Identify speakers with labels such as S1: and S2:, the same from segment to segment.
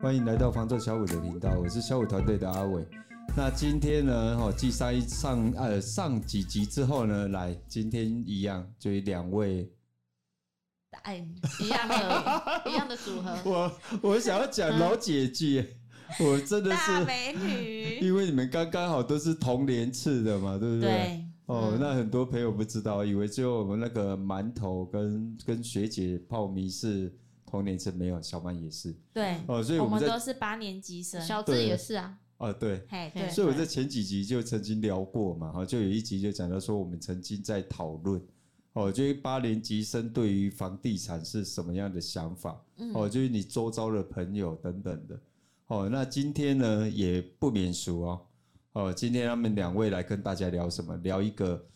S1: 欢迎来到房仲小五的频道，我是小五团队的阿伟。那今天呢，哦，继上一上呃上几集之后呢，来今天一样，就有两位。
S2: 哎，一 样的，一样的组合，
S1: 我我想要讲老姐姐，我真的
S2: 大
S1: 是
S2: 美女，
S1: 因为你们刚刚好都是同年次的嘛，对不
S2: 对，
S1: 哦，
S2: 嗯
S1: 那很多朋友不知道，以为只有我们那个馒头跟跟学姐泡米是同年次，没有小曼也是
S3: 对，
S1: 哦，所以
S3: 我
S1: 我们
S3: 们
S1: 在
S3: 都是八年级生。
S2: 小智也是啊，
S1: 啊对，
S3: 嘿，对，
S1: 所以我在
S3: 对
S1: 前几集就曾经聊过嘛，哈，就有一集就讲到说我们曾经在讨论。哦，就是八年级生对于房地产是什么样的想法？
S3: 嗯
S1: 哦，就是你周遭的朋友等等的。哦，那今天呢也不免俗哦。哦，今天他们两位来跟大家聊什么？聊一个，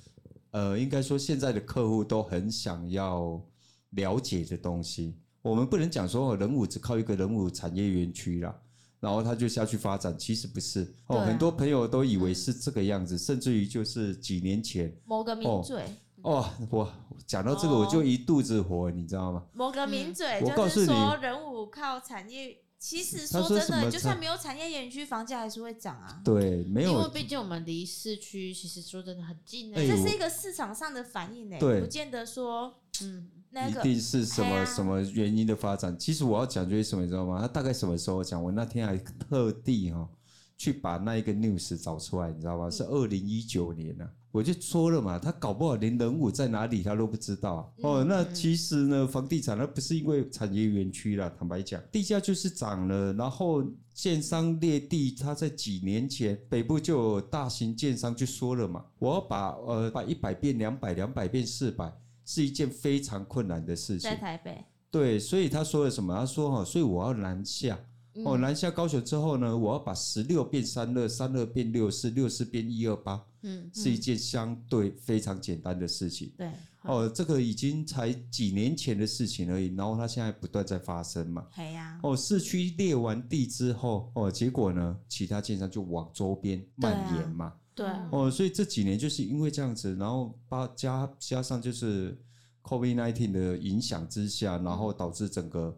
S1: 呃，应该说现在的客户都很想要了解的东西。我们不能讲说哦，人武只靠一个人武产业园区啦，然后他就下去发展，其实不是。哦，
S3: 对啊
S1: 很多朋友都以为是这个样子，甚至于就是几年前
S3: 某个
S1: 哦
S3: 名嘴，
S1: 哦，我讲到这
S3: 哦
S1: 个我就一肚子火，你知道吗？
S3: 某个名嘴
S1: 我告
S3: 就
S1: 诉
S3: 是
S1: 你
S3: 说人武靠产业，其实
S1: 他
S3: 说
S1: 说
S3: 真
S1: 什么
S3: 的，就算
S1: 产
S3: 没有产业园区，房价还是会涨啊。
S1: 对，没
S2: 因为
S1: 有
S2: 毕竟我们离市区其实说真的很近
S1: 哎
S2: 诶，
S3: 这
S1: 我
S3: 是一个市场上的反应诶，
S1: 对
S3: 不见得说
S2: 嗯，
S3: 那
S1: 一
S3: 个
S1: 定是什么、
S3: 哎呀
S1: 什么原因的发展。其实我要讲就是什么，你知道吗？他大概什么时候讲？我那天还特地哈、哦、去把那一个 news 找出来，你知道吗？是二零一九年啊。我就说了嘛，他搞不好连人物在哪里他都不知道啊、哦。那其实呢，房地产它不是因为产业园区啦，坦白讲，地价就是涨了。然后建商列地，它在几年前北部就有大型建商就说了嘛，我要把呃把一百变两百，两百变四百，是一件非常困难的事情
S3: 在。台北，
S1: 对，所以他说了什么？他说哈、所以我要南下。
S2: 嗯
S1: 哦，南下高雄之后呢，我要把十六变三二，三二变六四，六四变一二八，
S2: 嗯，
S1: 是一件相对非常简单的事情。
S2: 对，
S1: 哦，这个已经才几年前的事情而已，然后它现在不断在发生嘛。
S3: 嘿呀，
S1: 哦，市区列完地之后，哦，结果呢，其他建商就往周边蔓延嘛。
S2: 对，啊
S1: 哦，所以这几年就是因为这样子，然后把加加上就是 COVID nineteen 的影响之下，然后导致整个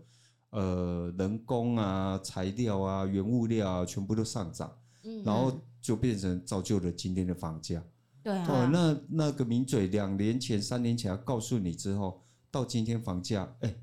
S1: 呃人工啊、材料啊、原物料啊全部都上涨，
S2: 嗯
S1: 然后就变成造就了今天的房价。
S3: 对啊，
S1: 哦，那那个名嘴两年前、三年前他告诉你之后，到今天房价哎、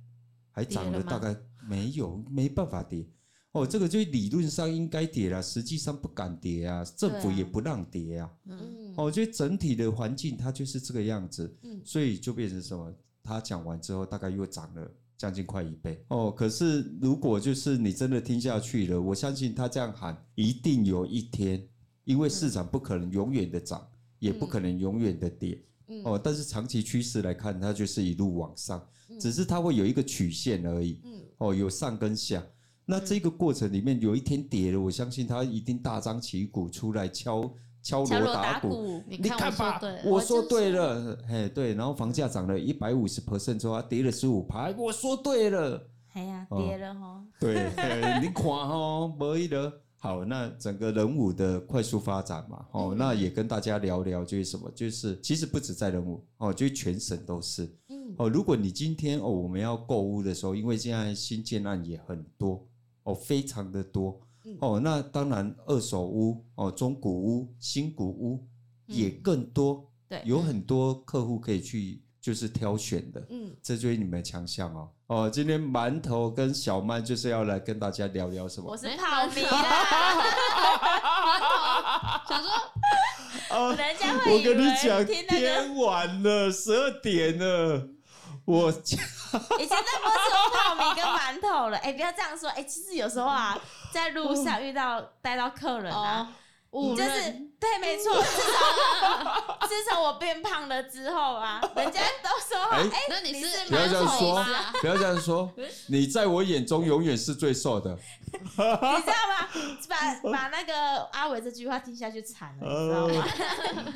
S1: 还涨
S2: 跌
S1: 了
S2: 了吗
S1: 大概没有，没办法跌。哦，这个就理论上应该跌啦，实际上不敢跌啊，政府
S3: 对啊
S1: 也不让跌啊。
S2: 嗯，
S1: 哦，就整体的环境它就是这个样子，
S2: 嗯
S1: 所以就变成什么？他讲完之后，大概又涨了将近快一倍哦。可是如果就是你真的听下去了，我相信他这样喊，一定有一天，因为市场不可能永远的涨，也不可能永远的跌。哦，但是长期趋势来看，它就是一路往上，只是它会有一个曲线而已。
S2: 嗯
S1: 哦，有上跟下。那这个过程里面有一天跌了，我相信它一定大张旗鼓出来敲敲锣
S3: 敲锣
S1: 打鼓，
S3: 鼓，
S2: 你
S1: 你
S2: 看我
S1: 看
S2: 说
S1: 吧
S2: 对，，
S1: 我
S2: 我
S1: 说
S2: 就
S1: 对了，嘿，对，然后房价涨了一百五十 percent 之后，它跌了十五趴，我说对了，
S3: 嘿呀，
S1: 哦
S3: 跌了吼，
S1: 对，嘿 你看哦，没了。好，那整个人武的快速发展嘛，
S2: 嗯
S1: 哦，那也跟大家聊聊，就是什么，就是其实不止在人武，哦，就是全省都是，
S2: 嗯
S1: 哦，如果你今天哦我们要购物的时候，因为现在新建案也很多哦，非常的多
S2: 嗯
S1: 哦，那当然二手屋哦、中古屋、新古屋
S2: 嗯
S1: 也更多，
S3: 对
S1: 有很多客户可以去就是挑选的，
S2: 嗯，
S1: 这就是你们的强项哦。哦，今天馒头跟小曼就是要来跟大家聊聊什么
S3: 我？是
S2: 没
S3: 泡
S2: 关
S3: 米啊
S2: 系
S3: 啦，
S2: 想说
S3: 人家会
S1: 啊我
S3: 以
S1: 跟你
S3: 为
S1: 讲，
S3: 听那个，
S1: 天晚了，十二点了，我
S3: 哦以前在播说泡米跟馒头了，哎，不要这样说，哎，其实有时候啊，在路上遇到带到客人啊，
S2: 哦，
S3: 你
S2: 误
S3: 就是
S2: 认
S3: 对，没错。自 从自从我变胖了之 后啊，人家都说
S1: 哎
S3: 哎、
S2: 那你
S3: 你
S2: 是
S3: 是
S1: 不要这样
S2: 蛮丑
S1: 说
S3: 啊
S2: 吧，
S1: 不要这样说， 你在我眼中永远是最瘦的。啊
S3: 你知道吗？把把那个阿伟这句话听下去惨了，你知道吗？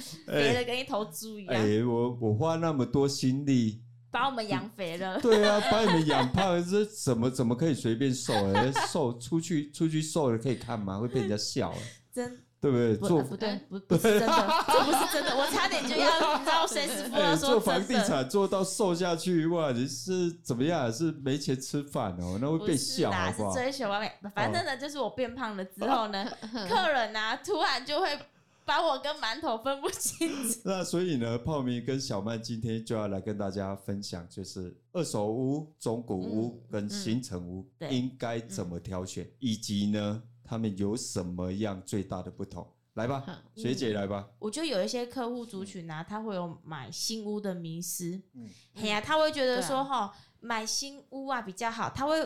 S1: 哦
S3: 肥
S1: 哎
S3: 的啊跟一头猪一样，
S1: 哎，我我花那么多心力，
S3: 把我们养肥了。
S1: 对啊， 把你们养胖，这怎么怎么可以随便瘦？哎，瘦出去出去瘦了可以看吗？会被人家笑。哎
S3: 真
S1: 对不对？
S2: 不
S1: 做
S2: 呃不对，不不是 真的，
S3: 这不是真的，我差点就要，你知道谁 师傅
S1: 哎、
S3: 要
S1: 做
S3: 说
S1: 房
S3: 真
S1: 地
S3: 的，
S1: 产做到瘦下去，哇，你是怎么样？是没钱吃饭 哦，那会
S3: 不
S1: 被
S3: 是
S1: 笑
S3: 啦，
S1: 好哦
S3: 是
S1: 不好？
S3: 追求完美。反正呢，就是我变胖了之后呢，客人啊突然就会把我跟馒头分不清楚。
S1: 那所以呢，泡米跟小曼今天就要来跟大家分享，就是二手屋、中古屋跟新城屋
S3: 嗯对嗯
S1: 应该怎么挑选，以及呢，他们有什么样最大的不同。来吧，
S2: 嗯
S1: 学姐来吧。
S3: 我觉得有一些客户族群啊，他会有买新屋的迷失，
S1: 嗯
S3: 嘿呀、他会觉得
S2: 对啊
S3: 说哈、买新屋啊比较好，他会。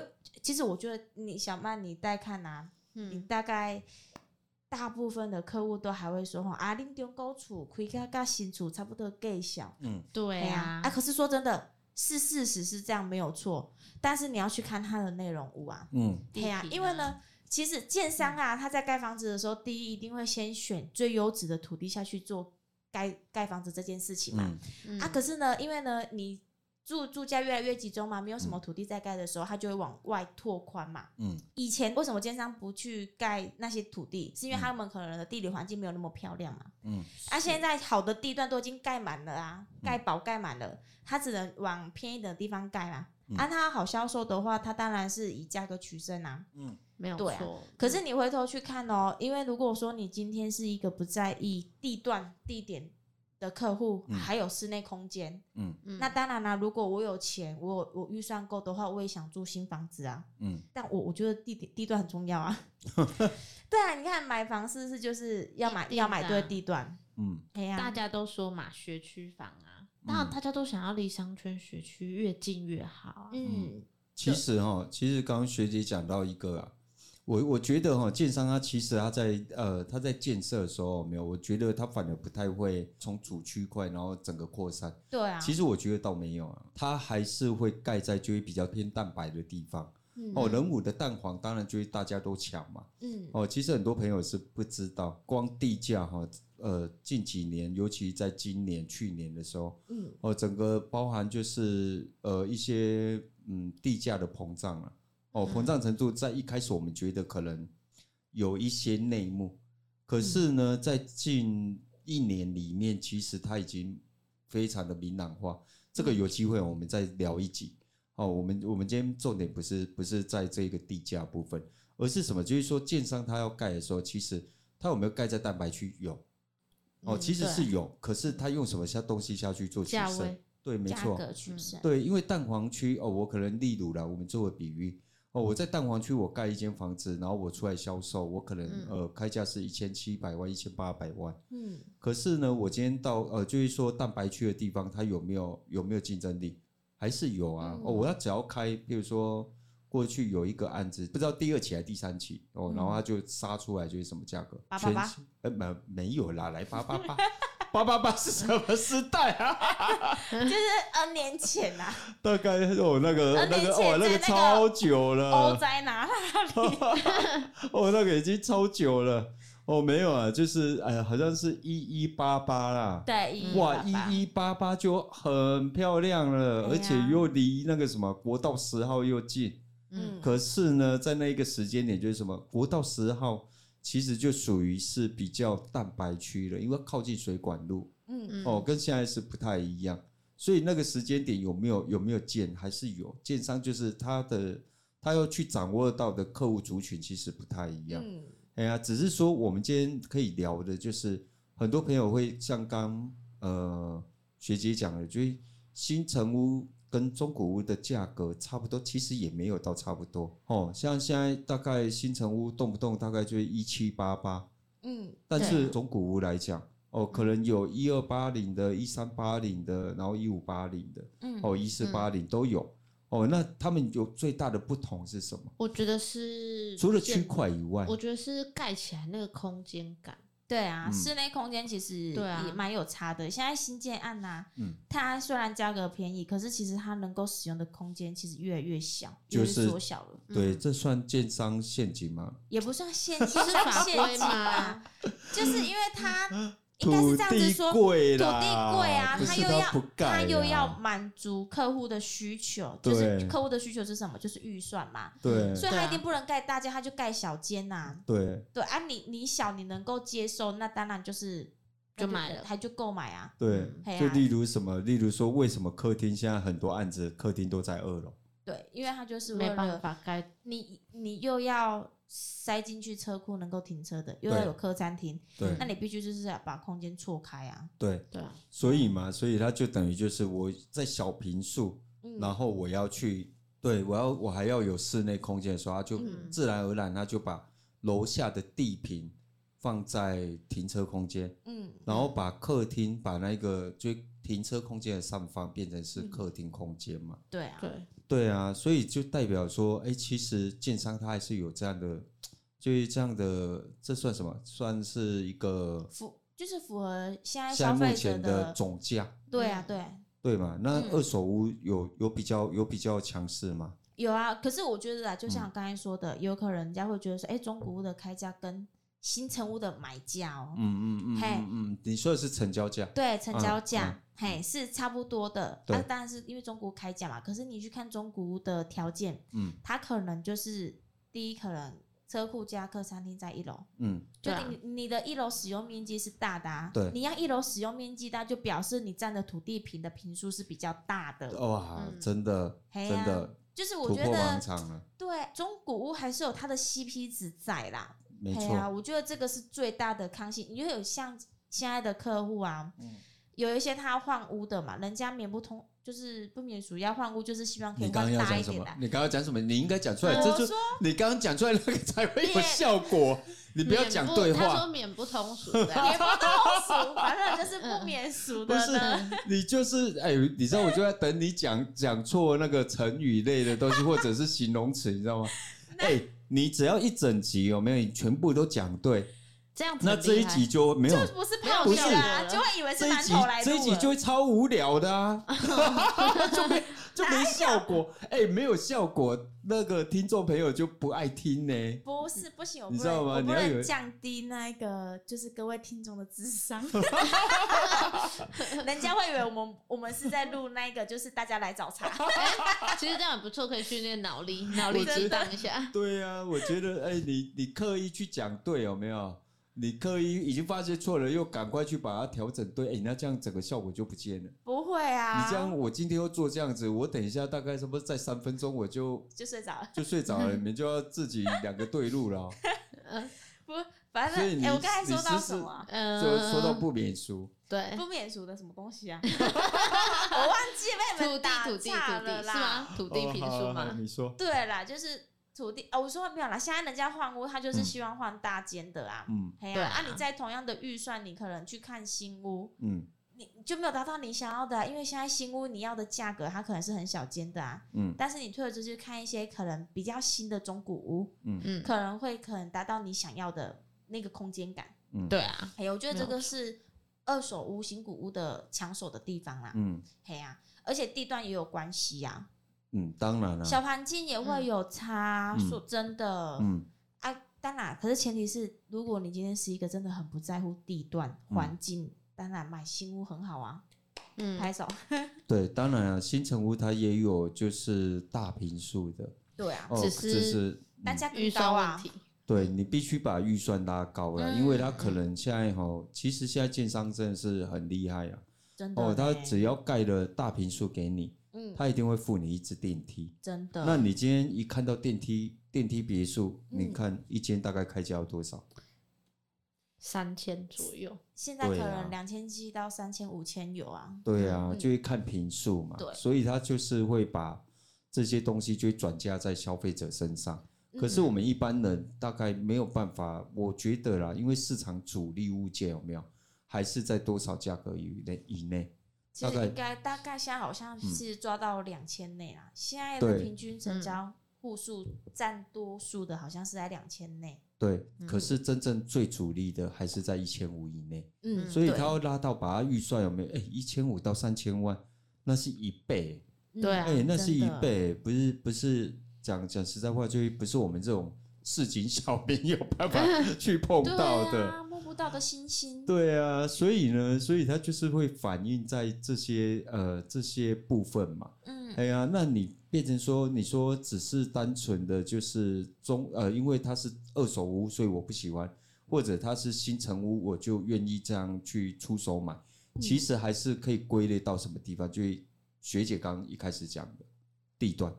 S3: 其实我觉得你小曼你带看啊，你
S2: 嗯，
S3: 大概大部分的客户都还会说吼，啊，恁中古厝开甲甲新厝差不多介小，
S1: 嗯，
S2: 对
S3: 啊，
S2: 啊
S3: 啊，，可是说真的，是事实是这样没有错，但是你要去看它的内容物啊，
S1: 嗯，
S3: 对呀、
S2: 地皮
S3: 因为呢，其实建商啊，他在盖房子的时候，第一一定会先选最优质的土地下去做盖盖房子这件事情嘛，
S1: 嗯，
S2: 嗯
S3: 啊，可是呢，因为呢，你住住家越来越集中嘛，没有什么土地在盖的时候，它就会往外拓宽嘛。
S1: 嗯，
S3: 以前为什么奸商不去盖那些土地，是因为他们可能的地理环境没有那么漂亮嘛。
S1: 嗯，
S3: 啊，现在好的地段都已经盖满了啊，盖饱盖满了，它只能往偏一点的地方盖嘛。
S1: 嗯
S3: 按、啊、它好销售的话，它当然是以价格取胜啊。
S1: 嗯，
S2: 没有
S3: 对啊
S2: 错，
S3: 可是你回头去看哦，因为如果说你今天是一个不在意地段、地点的客户，
S1: 嗯
S3: 还有室内空间，
S1: 嗯，
S2: 嗯
S3: 那当然啦、如果我有钱，我有我预算够的话，我也想住新房子啊。
S1: 嗯，
S3: 但我我觉得地点地段很重 要啊。对啊，你看买房是不是就是要买
S2: 一定的啊
S3: 要买对地段？
S1: 嗯，
S3: 哎呀、
S2: 大家都说嘛，学区房啊，当然大家都想要离商圈学区越近越好啊。
S3: 嗯，
S1: 其实哈，其实刚刚学姐讲到一个啊，我我觉得哈，建商他其实他在呃他在建设的时候没有，我觉得他反而不太会从主区块然后整个扩散。
S3: 对啊，
S1: 其实我觉得倒没有啊，它还是会盖在就会比较偏蛋白的地方。
S2: 嗯
S1: 哦，人武的蛋黄当然就是大家都抢嘛。
S3: 嗯，
S1: 哦，其实很多朋友是不知道，光地价哈、呃，近几年，尤其在今年、去年的时候，
S3: 嗯，
S1: 哦，整个包含就是呃一些嗯地价的膨胀啊，哦，膨胀程度在一开始我们觉得可能有一些内幕，可是呢，在近一年里面，其实它已经非常的明朗化。这个有机会我们再聊一集。哦，我们我们今天重点不是不是在这个地价部分，而是什么？就是说，建商他要盖的时候，其实他有没有盖在蛋白区？有，哦，
S2: 嗯
S1: 其实
S2: 对
S1: 是有，可是他用什么下东西下去做取
S2: 价
S1: 胜
S2: 位？
S1: 对，没
S3: 价
S1: 错，
S3: 格取胜。
S1: 对，因为蛋黄区哦，我可能例如啦，我们做个比喻哦，我在蛋黄区我盖一间房子，然后我出来销售，我可能、
S2: 嗯
S1: 呃开价是一千七百万、一千八百万，
S3: 嗯，
S1: 可是呢，我今天到呃，就是说蛋白区的地方，它有没有有没有竞争力？还是有啊。
S3: 嗯
S1: 哦，我要只要开，比如说过去有一个案子，不知道第二期还是第三期哦，然后它就杀出来就是什么价格？
S3: 嗯八八
S1: 全
S3: 八
S1: 新呃，没没有啦，来八八八。 八八八是什么时代啊？
S3: 就是 N 年前呐、啊，
S1: 大概哦，那个
S3: 呃
S1: 那个
S3: 年前
S1: 哦，那个
S3: 在那个
S1: 超久
S3: 欧
S1: 了，
S3: 灾哪
S1: 哦，那个已经超久了。哦，没有啊，就是哎，好像是一一八八啦。
S3: 对，一
S1: 哇，
S3: 一八
S1: 一一八八就很漂亮了，
S3: 哎对呀
S1: 而且又离那个什么国道十号又近。
S2: 嗯
S1: 可是呢，在那一个时间点，就是什么国道十号其实就属于是比较蛋白区了，因为靠近水管路
S3: 嗯
S2: 嗯
S1: 哦，跟现在是不太一样。所以那个时间点有没有有没有建，还是有建商，就是他的他要去掌握到的客户族群其实不太一样。
S3: 嗯
S1: 哎呀，只是说我们今天可以聊的，就是很多朋友会像刚呃学姐讲的，就是新城屋跟中古屋的价格差不多，其实也没有到差不多哦。像现在大概新城屋动不动大概就是一七八八，
S3: 嗯，
S1: 但是中古屋来讲，哦，可能有一二八零的、一三八零的，然后一五八零的，
S3: 嗯
S1: 哦，一四八零都有。哦，那他们有最大的不同是什么？
S2: 我觉得是
S1: 除了区
S2: 建，
S1: 块以外，
S2: 我觉得是盖起来那个空间感。
S3: 对啊，
S1: 嗯
S3: 室内空间其实
S2: 对啊
S3: 也蛮有差的。现在新建案呐、
S1: 嗯
S3: 它虽然价格便宜，可是其实它能够使用的空间其实越来越小，
S1: 就
S3: 越
S1: 是
S3: 是缩小了，
S1: 对，
S2: 嗯
S1: 这算建商陷阱吗？
S3: 也不算限，
S2: 这
S3: 也
S2: 是
S3: 算
S2: 法
S3: 限
S2: 规
S3: 制啊
S2: 吗？
S3: 就是因为它。应该是这样子
S1: 土
S3: 说
S1: 地，贵
S3: 土
S1: 啦，
S3: 地贵啊，
S1: 不
S3: 他
S1: 是
S3: 又要
S1: 不盖啊，
S3: 他又要满足客户的需求，就是
S1: 对
S3: 客户的需求是什么？就是预算嘛，
S1: 对
S3: 所以
S2: 对
S3: 他
S2: 啊
S3: 一定不能盖大间，他就盖小间呐、
S1: 对
S3: 对啊你，你小你能够接受，那当然就是
S2: 就买了
S3: 他就购买啊。
S1: 对
S3: 嘿，啊
S1: 就例如什么，例如说为什么客厅现在很多案子客厅都在二楼，
S3: 对，因为他就是为
S2: 没办
S3: 了
S2: 法该
S3: 你，你又要塞进去车库能够停车的，又要
S1: 对
S3: 有客餐厅，
S1: 对
S3: 那你必须就是要把空间错开啊。
S1: 对，
S2: 嗯对啊，
S1: 所以嘛，所以他就等于就是我在小平数，
S3: 嗯，
S1: 然后我要去，对我要我还要有室内空间的时候，他就
S3: 嗯
S1: 自然而然他就把楼下的地坪放在停车空间，
S3: 嗯，
S1: 然后把客厅把那个就停车空间的上方变成
S3: 嗯
S1: 是客厅空间嘛。
S3: 对啊，
S2: 对，
S1: 对啊，所以就代表说，哎，其实建商他还是有这样的，就是这样的，这算什么？算是一个
S3: 符就是符合现在
S1: 现在
S3: 消
S1: 目
S3: 费者
S1: 前的总价，
S3: 对啊，
S2: 嗯
S3: 对，
S1: 对嘛？那
S3: 嗯
S1: 二手屋有有比较有比较强势吗？
S3: 有啊。可是我觉得啊，就
S1: 嗯
S3: 像刚才说的，有可能人家会觉得说，哎，中古屋的开价跟新城屋的买价哦，
S1: 嗯嗯嗯
S3: 嘿
S1: 嗯嗯，你说的是成交价，
S3: 对，成交价、
S1: 嗯
S3: 嘿是差不多的。
S1: 对
S3: 啊，当然是因为中国开价嘛。可是你去看中国的条件，
S1: 嗯
S3: 它可能就是第一，可能车库加客餐厅在一楼，
S1: 嗯，
S3: 就
S2: 对啊
S3: 你、你的一楼使用面积是大的、啊，
S1: 对
S3: 你要一楼使用面积大，就表示你占的土地坪的坪数是比较大的。
S1: 哇，
S2: 嗯
S1: 真的
S3: 嘿
S1: 真
S3: 呀
S1: 的
S3: 就是我
S1: 哦突
S3: 觉
S1: 破王
S3: 得
S1: 场了，
S3: 对中古屋还是有它的 CP 值在啦，
S1: 没
S3: 对啊，
S1: 错，
S3: 我觉得这个是最大的抗性，因为有像现在的客户啊，
S1: 嗯
S3: 有一些他换屋的嘛，人家免不通就是不免俗，要换屋就是希望可
S1: 你
S3: 以
S1: 刚刚
S3: 换
S1: 要
S3: 大
S1: 讲
S3: 一
S1: 什
S3: 点
S1: 么
S3: 的、？
S1: 你刚刚讲什么？你应该讲出来，这
S3: 我
S1: 就
S3: 说
S1: 你刚刚讲出来那个才会有
S3: 免
S1: 效果。你不要讲
S2: 免
S1: 对
S2: 他
S1: 话
S2: 说，免不通俗的啊
S3: 也不通俗，反正就是不免俗的呢。
S1: 你就是哎、你知道，我就在等你讲讲错那个成语类的东西，或者是形容词，你知道吗？哎、你只要一整集有没有，你全部都讲对，
S2: 这样子
S1: 那
S2: 很
S1: 这一
S2: 厉害
S1: 集就没有
S3: 就不是泡
S1: 不是
S3: 脚啊，就会以为是
S1: 这一
S3: 馒
S1: 集
S3: 头来
S1: 这一集
S3: 录
S1: 就
S3: 了。
S1: 会超无聊的啊，就没就没效果，哎、没有效果，那个听众朋友就不爱听呢、
S3: 不是不行，我
S1: 你
S3: 不
S1: 知道
S3: 能，
S1: 吗
S3: 我不
S1: 你要有
S3: 能降低那个，就是各位听众的智商。人家会以为我们我们是在录那个，就是大家来找茬。
S2: 哎其实这样也不错，可以训练脑力， 脑力激荡一下。
S1: 对啊，我觉得，哎、你你刻意去讲对有没有？你刻意已经发现错了，又赶快去把它调整对，哎、那这样整个效果就不见了。
S3: 不会啊，
S1: 你这样，我今天要做这样子，我等一下大概差不多再三分钟我就
S3: 就睡着了。
S1: 就睡着了，你们就要自己两个对路了哦。
S3: 不，反
S1: 所以
S3: 正
S1: 你
S3: 哎，我刚才
S1: 你
S3: 说到
S1: 是
S3: 什么啊？
S2: 嗯，
S1: 就 说到不免俗，
S2: 对
S3: 不免俗的什么东西啊？我忘记被你
S2: 土
S3: 们
S2: 地
S3: 打
S2: 土地
S3: 岔
S2: 土
S3: 了
S2: 地是
S3: 啦。
S2: 吗？土地平
S1: 哦
S2: 数
S1: 好好好
S2: 吗？
S1: 你说，
S3: 对啦，就是土地哦，我说没有啦，现在人家换屋，他就是希望换大间的啊。
S1: 嗯
S3: 哎
S2: 对
S3: 呀，
S2: 啊
S3: 啊，你在同样的预算，你可能去看新屋，
S1: 嗯
S3: 你你就没有达到你想要的啊、因为现在新屋你要的价格，它可能是很小间的啊。
S1: 嗯
S3: 但是你退而求其次看一些可能比较新的中古屋，
S1: 嗯
S2: 嗯，
S3: 可能会可能达到你想要的那个空间感。
S1: 嗯，
S2: 对啊，
S3: 哎呀，我觉得
S2: 没
S3: 这
S2: 有
S3: 个是二手屋、新古屋的抢手的地方啦。
S1: 嗯
S3: 嘿呀、而且地段也有关系呀、
S1: 嗯，当然了、
S3: 小环境也会有差。
S1: 嗯
S3: 说真的，
S1: 嗯
S3: 啊，当然，可是前提是，如果你今天是一个真的很不在乎地段
S1: 嗯
S3: 环境，当然买新屋很好啊，
S2: 嗯，
S3: 拍手。
S1: 对，当然啊，新城屋它也有就是大平数的，
S3: 对啊，
S1: 哦，
S2: 只
S1: 只
S2: 是
S1: 是
S3: 大
S1: 嗯
S3: 家更
S2: 预
S3: 高
S2: 算
S3: 啊
S2: 问，题，
S1: 对你必须把预算拉高了，因为它
S3: 嗯
S1: 可能现在哈，其实现在建商真的是很厉害啊，
S3: 真的、
S1: 哦，他
S3: 欸
S1: 只要盖了大平数给你，
S3: 嗯，
S1: 他一定会付你一只电梯。
S3: 真的，
S1: 那你今天一看到电梯电梯别墅，
S3: 嗯
S1: 你看一间大概开价要多少？
S2: 三千左右。
S3: 现在可
S1: 对啊
S3: 能两千七到三千、五千有啊，
S1: 对啊，
S2: 嗯
S1: 就会看平数嘛，
S3: 对
S1: 所以他就是会把这些东西就会转嫁在消费者身上。可是
S3: 嗯
S1: 我们一般人大概没有办法，我觉得啦，因为市场主力物件有没有，还是在多少价格以内以内？
S3: 其
S1: 大概
S3: 实应该大概现在好像是抓到两千内啦，现在的
S1: 对
S3: 平均成交户数占多数的好像是在两千内，
S1: 对，
S2: 嗯
S1: 可是真正最主力的还是在一千五以内，
S2: 嗯
S1: 所以
S3: 对
S1: 他要拉到把它预算有没有？哎，一千五到三千万，那是一倍、
S2: 对啊
S1: 哎、那是一，
S3: 真的
S1: 倍，不是不是讲讲 实在话，就是不是我们这种市井小民有办法去碰
S3: 对
S1: 到的。
S3: 啊，摸不步道的星星。
S1: 对啊，所以呢，所以它就是会反映在这些呃这些部分嘛。
S3: 嗯，
S1: 哎呀，那你变成说，你说只是单纯的就是中呃，因为它是二手屋，所以我不喜欢，或者它是新城屋，我就愿意这样去出手买。其实还是可以归类到什么地方？就是学姐刚刚一开始讲的地段，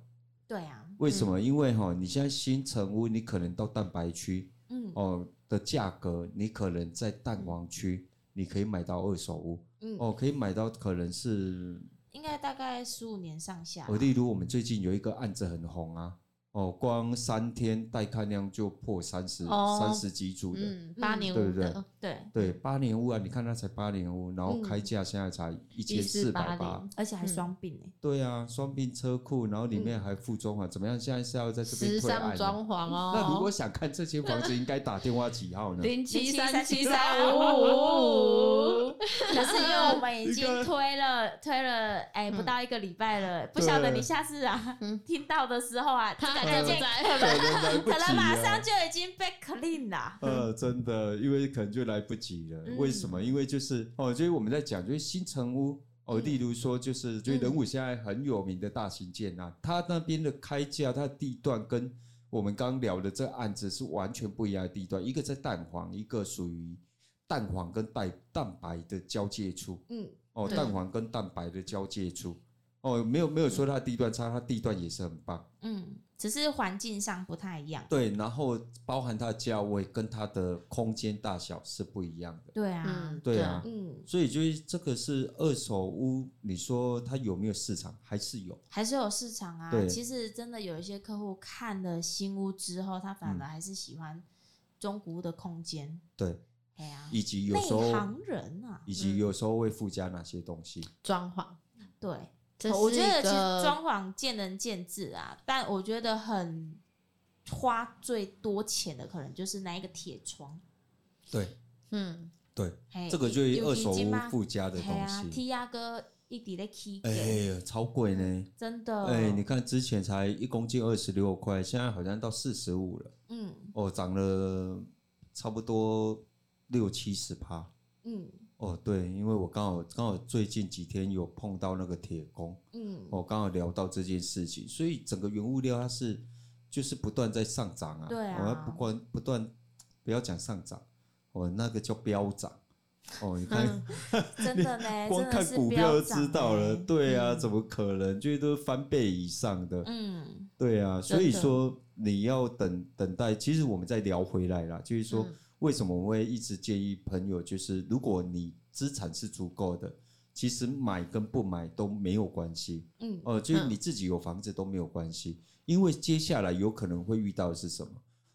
S3: 对啊，
S1: 为什么？因为哈、你现在新城屋，你可能到蛋白区
S3: 嗯
S1: 哦的价格，你可能在蛋黄区，你可以买到二手屋
S3: 嗯，
S1: 哦，可以买到可能是呃
S3: 应该大概十五年上下吧。
S1: 我例如我们最近有一个案子很红啊，哦，光三天带看量就破三十
S2: 哦
S1: 三十几组的，
S2: 嗯，八年
S1: 对
S2: 五
S1: 不对
S2: 的，
S3: 对，
S1: 对，八年屋啊，你看它才八年屋，然后
S3: 嗯
S1: 开价现在才一千四百八
S2: 1480，
S3: 而且还
S2: 嗯
S3: 双欸并呢。
S1: 对啊，双并车库，然后里面还附装潢，怎么样？现在是要在这边
S2: 时
S1: 推案
S2: 尚
S1: 啊。
S2: 装潢哦。
S1: 那如果想看这间房子，应该打电话几号 呢？
S2: 零七三七
S3: 0737355
S2: 三五五，
S3: 可是因为我们已
S1: 一个
S3: 经 推了推了，哎、不到一个礼拜了，不晓得
S1: 对
S3: 你下次啊、
S2: 嗯
S3: 听到的时候啊，
S2: 他
S3: 可
S2: 还
S3: 能
S2: 不
S3: 就
S2: 在，
S1: 可能来不及
S3: 可能马
S1: 啊
S3: 上。就已经被 clean 了。
S1: 呃，真的，因为可能就来不及了。
S3: 嗯
S1: 为什么？因为就是哦，就是我们在讲，就是新城屋哦，
S3: 嗯
S1: 例如说，就是就是仁武现在很有名的大型建案，它那边的开价，它的地段跟我们刚聊的这案子是完全不一样的地段，一个在蛋黄，一个属于蛋黄跟蛋蛋白的交界处。
S3: 嗯，
S1: 哦，
S2: 对
S1: 蛋黄跟蛋白的交界处。哦，没有没有说它的地段差，它地段也是很棒。
S3: 嗯，只是环境上不太一样。
S1: 对，然后包含它的价位跟它的空间大小是不一样的。
S3: 对啊，
S2: 嗯，
S3: 嗯
S1: 对啊
S3: 嗯，
S1: 所以就是这个是二手屋，你说它有没有市场？还是有。
S3: 还是有市场啊
S1: 对。
S3: 其实真的有一些客户看了新屋之后，他
S1: 嗯
S3: 反而还是喜欢中古屋的空间。
S1: 对，
S3: 哎呀、
S1: 以及有
S3: 内
S1: 时候，
S3: 行人啊，
S1: 以及有时候会附加哪些东西？
S2: 装潢，
S3: 对，
S2: 这
S3: 哦我
S2: 是
S3: 觉得
S2: 一
S3: 其实
S2: 个
S3: 装潢见仁见智啊，但我觉得很花最多钱的可能就是那一个铁窗，
S1: 对
S2: 嗯，
S1: 对，
S3: 嘿
S1: 这个就是
S3: 尤
S1: 二
S3: 其
S1: 手
S3: 今
S1: 屋
S3: 嘛
S1: 附加的
S3: 嘿啊
S1: 东，西。
S3: 踢鸭哥一哦滴的 key
S1: 哎呀，超贵呢！
S3: 真的，
S1: 哎，你看之前才一公斤二十六块，现在好像到四十五了，
S3: 嗯
S1: 哦，涨了差不多六七十趴。
S3: 嗯
S1: 哦，对，因为我刚好刚好最近几天有碰到那个铁工，
S3: 嗯，
S1: 我刚好聊到这件事情，所以整个原物料它是就是不断在上涨啊，
S3: 对啊
S1: 我要不断不断不要讲上涨，哦，那个叫飙涨，哦，你 看、
S3: 真的呢，
S1: 光
S3: 真的
S1: 看
S3: 是
S1: 股
S3: 飙
S1: 票就
S3: 涨
S1: 知道了，
S3: 呢
S1: 对啊，
S3: 嗯
S1: 怎么可能？就是都翻倍以上的，
S3: 嗯
S1: 对啊，所以
S3: 真的
S1: 说你要等等待，其实我们再聊回来啦，就是说
S2: 嗯
S1: 为什么我会一直建议朋友，就是如果你资产是足够的，其实买跟不买都没有关系，
S3: 嗯
S1: 哦、就是
S2: 嗯
S1: 你自己有房子都没有关系，因为接下来有可能会遇到的是什么？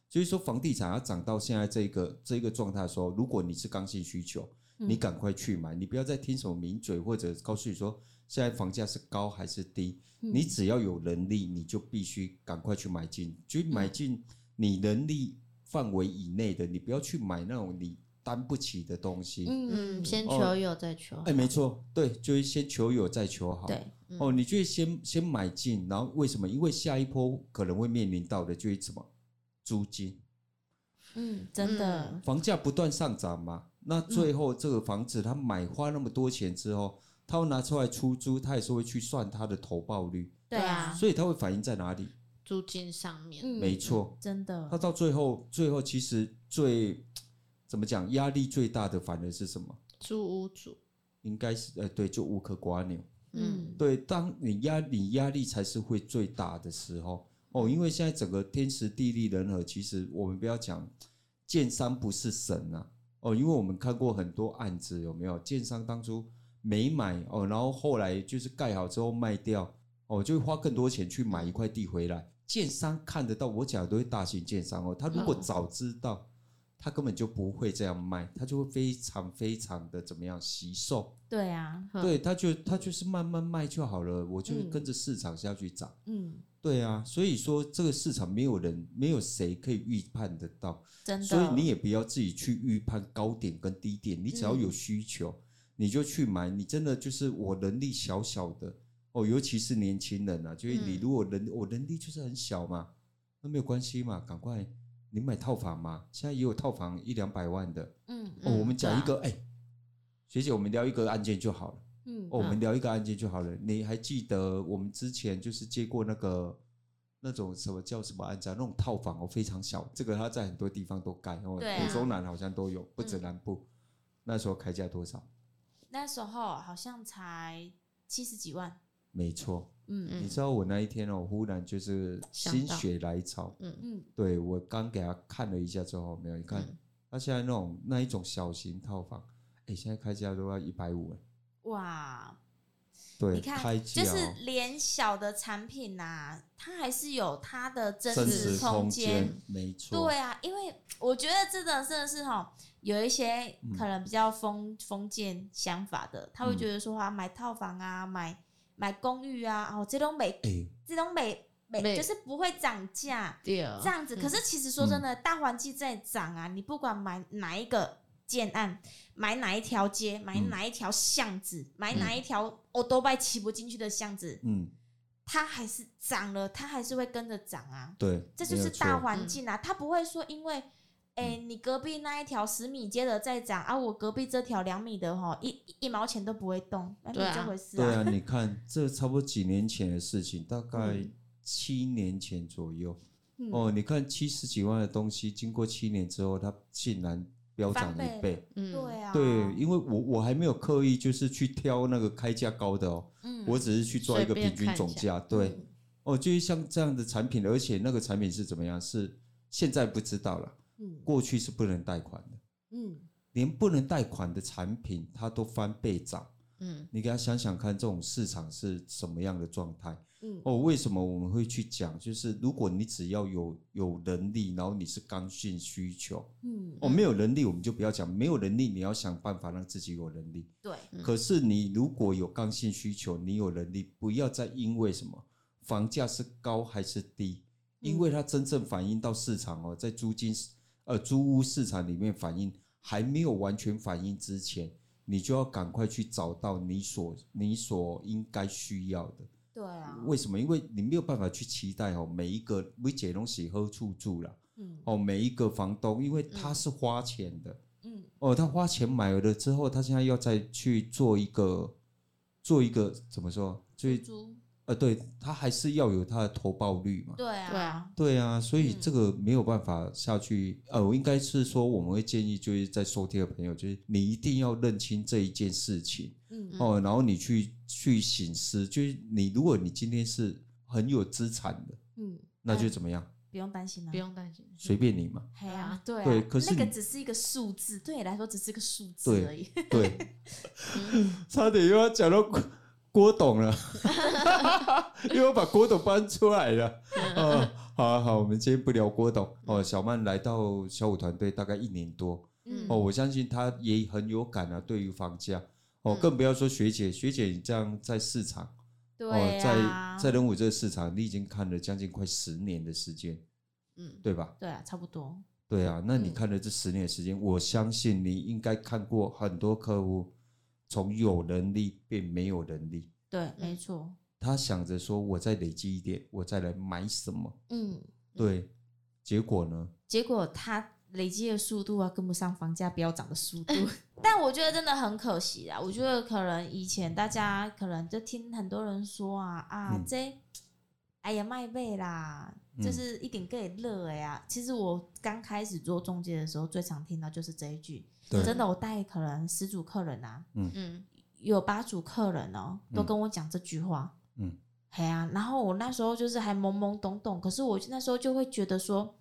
S1: 就是说房地产它涨到现在这个这个状态的时候，如果你是刚性需求，
S3: 嗯
S1: 你赶快去买，你不要再听什么名嘴或者告诉你说现在房价是高还是低，
S3: 嗯
S1: 你只要有能力，你就必须赶快去买进，就买进你能力范围以内的，你不要去买那种你担不起的东西。
S2: 嗯，先
S1: 哦
S2: 求有再求
S1: 哎，没错，对，就是先求有再求好。
S3: 对，
S1: 哦，你就是先先买进，然后为什么？因为下一波可能会面临到的就是什么租金，
S3: 嗯真的
S2: 嗯
S1: 房价不断上涨嘛。那最后这个房子他买花那么多钱之后，他要拿出来出租，他也是会去算他的投报率，
S3: 对啊，
S1: 所以他会反映在哪里？
S2: 租金上面，
S3: 嗯
S1: 没错，
S3: 真
S1: 他
S3: 的
S1: 到最后，最后其实最怎么讲，压力最大的反而是什么？
S2: 租屋主，
S1: 应该是呃，对，就无可瓜牛。
S2: 嗯，
S3: 嗯
S1: 对，当你压你压力才是会最大的时候
S2: 嗯
S1: 哦，因为现在整个天时地利人和，其实我们不要讲建商不是神啊哦，因为我们看过很多案子，有没有建商当初没买哦，然后后来就是盖好之后卖掉哦，就会花更多钱去买一块地回来。建商看得到，我讲的都是大型建商哦，他如果
S2: 嗯
S1: 早知道，他根本就不会这样卖，他就会非常非常的怎么样惜售。
S3: 对啊
S2: 嗯
S1: 对，他就他就是慢慢卖就好了，我就
S3: 嗯
S1: 跟着市场下去涨。
S3: 嗯
S1: 对啊，所以说这个市场没有人没有谁可以预判得到，
S3: 真的，
S1: 所以你也不要自己去预判高点跟低点，你只要有
S3: 嗯
S1: 需求、你就去买。你真的就是我能力小小的哦，尤其是年轻人啊，就是你
S2: 嗯
S1: 如果能、我能力就是很小嘛，那没有关系嘛，赶快你买套房吗？现在也有套房一两百万的。
S3: 嗯
S1: 哦，我们讲一，
S3: 对
S1: 个，
S3: 啊
S1: 哎、学姐，我们聊一个案件就好了。
S3: 嗯
S1: 哦，我们
S3: 嗯
S1: 聊一个案件就好了。你还记得我们之前就是接过那个那种什么叫什么案子啊？那种套房哦，非常小，这个它在很多地方都盖哦，
S3: 对
S1: 北
S3: 啊嗯
S1: 中南好像都有，不止南部。那时候开价多少？
S3: 那时候好像才七十几万，
S1: 没错，
S3: 嗯
S1: 你
S3: 嗯
S1: 知道我那一天哦，忽然就是
S2: 想
S1: 心
S2: 到
S1: 血来潮，
S2: 嗯
S3: 嗯，
S1: 对我刚给他看了一下之后，没有，你看
S2: 嗯
S1: 他现在那种那一种小型套房，哎，现在开价都要一百五了，
S3: 哇，
S1: 对，
S3: 你看
S1: 开，价
S3: 就
S1: 哦
S3: 是连小的产品呐、它还是有它的真
S1: 真
S3: 实
S1: 实
S3: 空
S1: 空
S3: 间。，
S1: 没错，
S3: 对啊，因为我觉得这个真的是哈，有一些
S1: 嗯
S3: 可能比较封封建想法的，他会
S1: 嗯
S3: 觉得说啊，买套房啊，买买公寓啊，哦，这种美
S1: 哎，
S3: 这种美美
S2: 美
S3: 就是不会涨价
S2: 对，
S1: 啊
S3: 这样子。
S1: 嗯
S3: 可是其实说真的，大环境在涨啊，你不管买哪一个建案，买哪一条街，买
S1: 嗯
S3: 哪一条巷子，买
S1: 嗯
S3: 哪一条欧多拜骑不进去的巷子，
S1: 嗯，
S3: 它还是涨了，它还是会跟着涨啊。
S1: 对，
S3: 这就
S1: 没
S3: 是
S1: 有
S3: 大
S1: 错嗯
S3: 环
S2: 嗯
S3: 境啊，它不会说因为，哎、你隔壁那一条十米街的在涨啊，我隔壁这条两米的哈，一一毛钱都不会动，那没
S2: 对啊
S3: 这回事
S1: 对
S3: 啊。
S1: 啊，你看，这差不多几年前的事情，大概
S2: 嗯
S1: 七年前左右。
S3: 嗯
S1: 哦，你看七十几万的东西，经过七年之后，它竟然飙涨
S3: 翻倍
S1: 一
S3: 了
S1: 倍。
S2: 嗯
S3: 对啊，
S1: 对，因为我我还没有刻意就是去挑那个开价高的哦，
S3: 嗯
S1: 我只是去做
S2: 随
S1: 一个
S2: 便
S1: 平均
S2: 看一
S1: 总价。
S2: 下
S1: 对，哦，就是像这样的产品，而且那个产品是怎么样？是现在不知道了，
S3: 嗯
S1: 过去是不能贷款的，
S3: 嗯，
S1: 连不能贷款的产品它都翻倍涨。
S2: 嗯
S1: 你给他想想看，这种市场是什么样的状态？
S3: 嗯
S1: 哦，为什么我们会去讲？就是如果你只要有有能力，然后你是刚性需求，
S3: 嗯，
S1: 哦，没有能力我们就不要讲，没有能力你要想办法让自己有能力。
S3: 对，
S2: 嗯
S1: 可是你如果有刚性需求，你有能力，不要再因为什么房价是高还是低，因为它真正反映到市场哦，在租金市呃租屋市场里面反映还没有完全反映之前，你就要赶快去找到你所你所应该需要的。
S3: 对啊，
S1: 为什么？因为你没有办法去期待哦，每一个每解东西喝处住了
S3: 嗯
S1: 哦，每一个房东，因为他是花钱的。
S3: 嗯
S1: 哦，他花钱买了之后，他现在要再去做一个做一个怎么说？最
S3: 租
S1: 呃，对他还是要有他的投报率嘛。
S3: 对啊
S2: 对啊，
S1: 对啊，所以
S3: 嗯
S1: 这个没有办法下去。呃，我应该是说，我们会建议就是在收听的朋友，就是你一定要认清这一件事情
S3: 嗯
S1: 哦，然后你去去醒思，就是你如果你今天是很有资产的，
S3: 嗯，
S1: 那就怎么样，
S3: 不用担心啊
S2: 不。用担心，
S1: 随便你嘛。
S3: 哎呀，对
S1: 对
S3: 啊，
S1: 可是
S3: 那个
S1: 你
S3: 只是一个数字，对你来说只是个数
S1: 对哦
S3: 字而已。
S1: 对，
S2: 嗯
S1: 差点又要讲到郭郭董 了，又要把郭董搬出来了。
S3: 嗯
S2: 嗯
S1: 哦，好、啊、好，我们今天不聊郭董哦。小曼来到小五团队大概一年多
S2: 嗯
S1: 哦，我相信她也很有感啊，对于房价哦，
S2: 嗯
S1: 更不要说学姐，学姐你这样在市场、
S3: 对
S1: 哦
S3: 啊，，
S1: 在在人武这个市场，你已经看了将近快十年的时间，
S2: 嗯，
S1: 对吧？
S3: 对啊，差不多。
S1: 对啊，那你
S2: 嗯
S1: 看了这十年的时间，我相信你应该看过很多客户从有能力变没有能力，
S3: 对，没错。
S1: 他想着说我再累积一点，我再来买什么，
S3: 嗯，
S1: 对，结果呢？
S3: 结果它累积的速度啊，跟不上房价飙涨的速 度。但我觉得真的很可惜啊！我觉得可能以前大家可能就听很多人说啊啊、
S1: 嗯
S3: 这，哎呀卖贝啦，
S1: 嗯
S3: 就是一点个也热呀。啊其实我刚开始做中介的时候，最常听到就是这一句。
S1: 对
S3: 真的，我带可能十组客人啊，
S2: 嗯
S3: 有八组客人哦、都
S1: 嗯
S3: 跟我讲这句话。
S1: 嗯，
S3: 嘿啊，然后我那时候就是还懵懵懂懂，可是我那时候就会觉得说，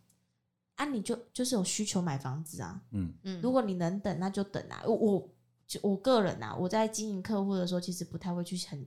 S3: 啊，你就就是有需求买房子啊，
S1: 嗯
S2: 嗯，
S3: 如果你能等，那就等啊。我我就我个人啊，我在经营客户的时候，其实不太会去很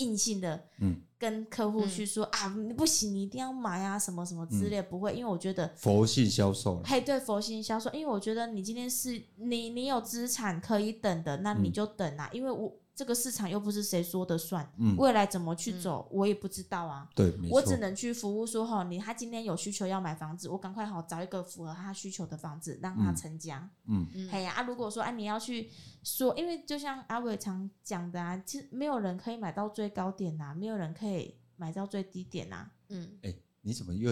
S3: 硬性的
S1: 嗯，
S3: 跟客户去说、啊，你不行，你一定要买啊，什么什么
S1: 嗯
S3: 之类，不会，因为我觉得
S1: 佛性销售了，
S3: 嘿，对佛心销售，因为我觉得你今天是你，你有资产可以等的，那你
S1: 嗯
S3: 就等啊，因为我这个市场又不是谁说的算，
S1: 嗯，
S3: 未来怎么去
S2: 嗯
S3: 走，我也不知道啊。
S1: 对，没
S3: 我
S1: 错
S3: 只，能去服务说哈，你他今天有需求要买房子，我赶快好找一个符合他需求的房子让他
S1: 嗯
S3: 成家。
S1: 嗯，
S2: 嗯
S3: 哎呀、啊，如果说啊你要去说，因为就像阿伟常讲的啊，其实没有人可以买到最高点呐、啊，没有人可以买到最低点呐、啊。
S2: 嗯
S1: 哎，你怎么又？